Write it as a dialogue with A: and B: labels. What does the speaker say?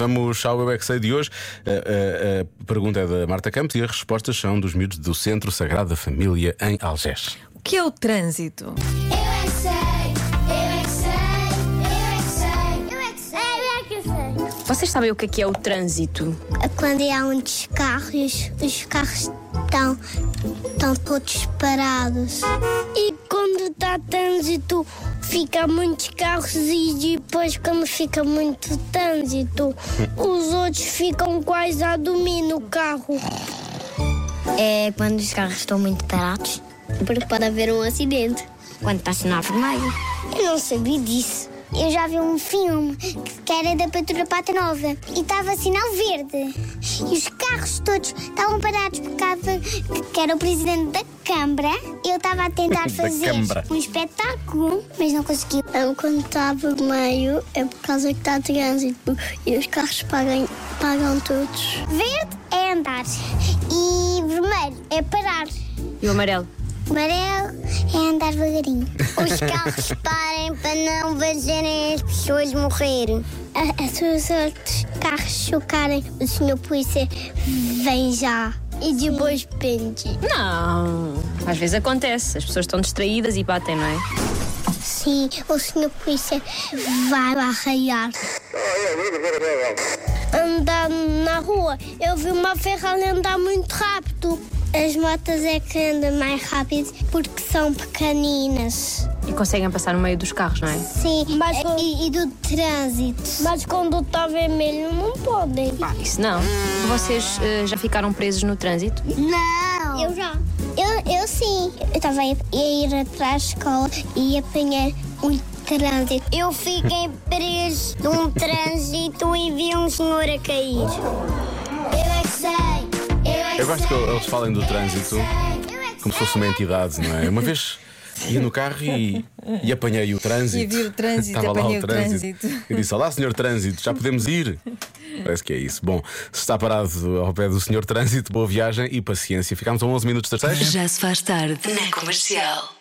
A: Vamos ao Eu é que Sei de hoje. A, a- a pergunta é da Marta Campos e as respostas são dos miúdos do Centro Sagrada Família em Algés.
B: O que é o trânsito?
C: Eu é que sei, eu é que sei, eu é que sei, eu é que sei, eu é que sei.
D: Vocês sabem o que é, que é o trânsito?
C: Quando há um descarro e os, os carros estão, estão todos parados. E quando está trânsito, fica muitos carros e depois quando fica muito trânsito, os outros ficam quase a dormir no carro. É quando os carros estão muito parados. Porque pode haver um acidente. Quando está sinal vermelho. Eu não sabia disso. Eu já vi um filme que era da Patrulha Pata Nova e estava sinal verde. E os carros todos estavam parados por causa que era o presidente da Câmara. Eu estava a tentar fazer
A: Câmara.
C: um espetáculo, mas não consegui. Quando está vermelho é por causa que está trânsito e os carros pagam, pagam todos. Verde é andar e vermelho é parar.
D: E o amarelo?
C: Amarelo é andar devagarinho. Os carros parem para não fazerem as pessoas morrerem. Se os outros carros chocarem, o senhor polícia vem já. E depois pende.
D: Não. Às vezes acontece. As pessoas estão distraídas e batem, não é?
C: Sim, o senhor polícia vai arraiar. Andar na rua, eu vi uma ferralha andar muito rápido. As motas é que andam mais rápido porque são pequeninas.
D: E conseguem passar no meio dos carros, não é?
C: Sim, e, e do trânsito. Ah, Mas quando está vermelho não podem.
D: Isso não. Vocês eh, já ficaram presos no trânsito?
C: Não. Eu já. Eu, eu sim. Eu estava a ir- a ir atrás da escola e apanhar um trânsito. Eu fiquei preso num trânsito e vi um senhor a cair. Eu é que sei. Eu é
A: Eu gosto que eles falem do trânsito como se fosse uma entidade, não é? Uma vez ia no carro e, e apanhei o trânsito.
B: E vi o trânsito,
A: Estava lá
B: apanhei
A: o
B: o
A: trânsito.
B: trânsito.
A: E disse: Olá, senhor trânsito, já podemos ir. Parece que é isso. Bom, se está parado ao pé do senhor trânsito, boa viagem e paciência. Ficámos a 11 minutos das 6.
E: Já se faz tarde na comercial.